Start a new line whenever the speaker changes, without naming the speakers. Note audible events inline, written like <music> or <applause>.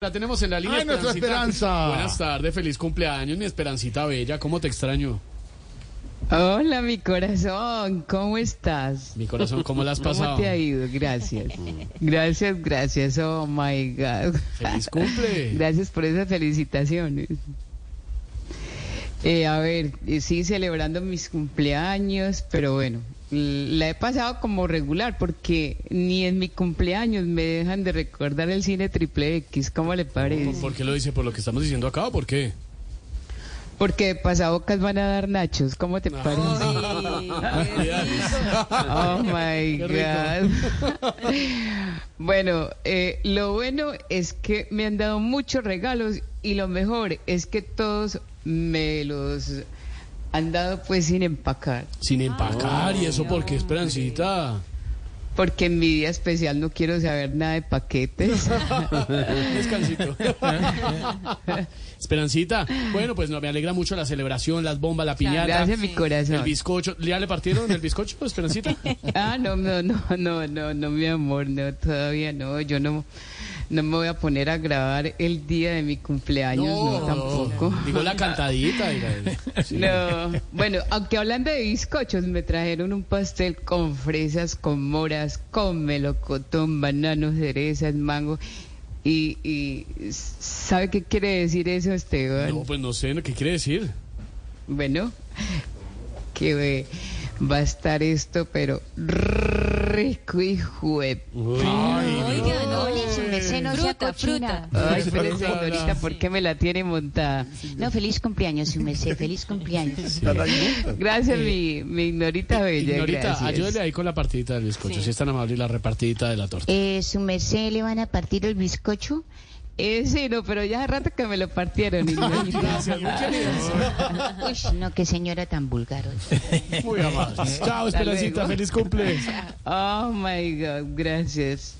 La tenemos en la línea.
¡Ay, nuestra Esperanza!
Buenas tardes, feliz cumpleaños, mi Esperancita Bella. ¿Cómo te extraño?
Hola, mi corazón, ¿cómo estás?
Mi corazón, ¿cómo la has pasado?
<laughs> ¿Cómo te ha ido? Gracias.
Mm.
Gracias, gracias. Oh my God.
¡Feliz cumple!
<laughs> Gracias por esas felicitaciones. Eh, a ver, eh, sí, celebrando mis cumpleaños, pero bueno, l- la he pasado como regular porque ni en mi cumpleaños me dejan de recordar el cine triple X, ¿cómo le parece?
¿Por qué lo dice? ¿Por lo que estamos diciendo acá o por qué?
Porque de pasabocas van a dar nachos, ¿cómo te parece?
<laughs>
Oh my God. <laughs> bueno, eh, lo bueno es que me han dado muchos regalos y lo mejor es que todos me los han dado pues sin empacar,
Sin empacar, ¿y eso por qué,
<laughs>
Esperancita?
porque en mi día especial no quiero saber nada de paquetes. <laughs>
Descansito. Esperancita, bueno, pues no, me alegra mucho la celebración, las bombas, la piñata.
Gracias, mi
El
corazón.
bizcocho. ¿Ya le partieron el bizcocho, Esperancita?
Ah, no, no, no, no, no, no, mi amor, no, todavía no, yo no, no me voy a poner a grabar el día de mi cumpleaños, no, tampoco.
Digo la cantadita.
<laughs>
diga.
No, bueno, aunque hablando de bizcochos, me trajeron un pastel con fresas, con moras, con melocotón, bananos, cerezas, mango. Y, y ¿sabe qué quiere decir eso, Esteban?
No, pues no sé, ¿qué quiere decir?
Bueno, que eh, va a estar esto, pero rico y jue.
Oiga, no, merced no sea
Fruta,
cochina.
Ay, espérense, señorita, ¿por qué me la tiene montada?
No, feliz cumpleaños, su merced, feliz cumpleaños. <laughs>
Gracias, mi, mi ignorita bella.
Eh, Ignorita,
gracias.
ayúdale ahí con la partidita del bizcocho, si es tan amable, y la repartidita de la <laughs> torta.
Eh, su merced, ¿le van a partir el <laughs> bizcocho?
Eh, sí, no, pero ya hace rato que me lo
<laughs>
partieron. ignorita.
Uy, no, qué señora tan vulgar. oye.
Muy amable. Chao, Esperancita,
luego.
feliz cumple.
Oh my God, gracias.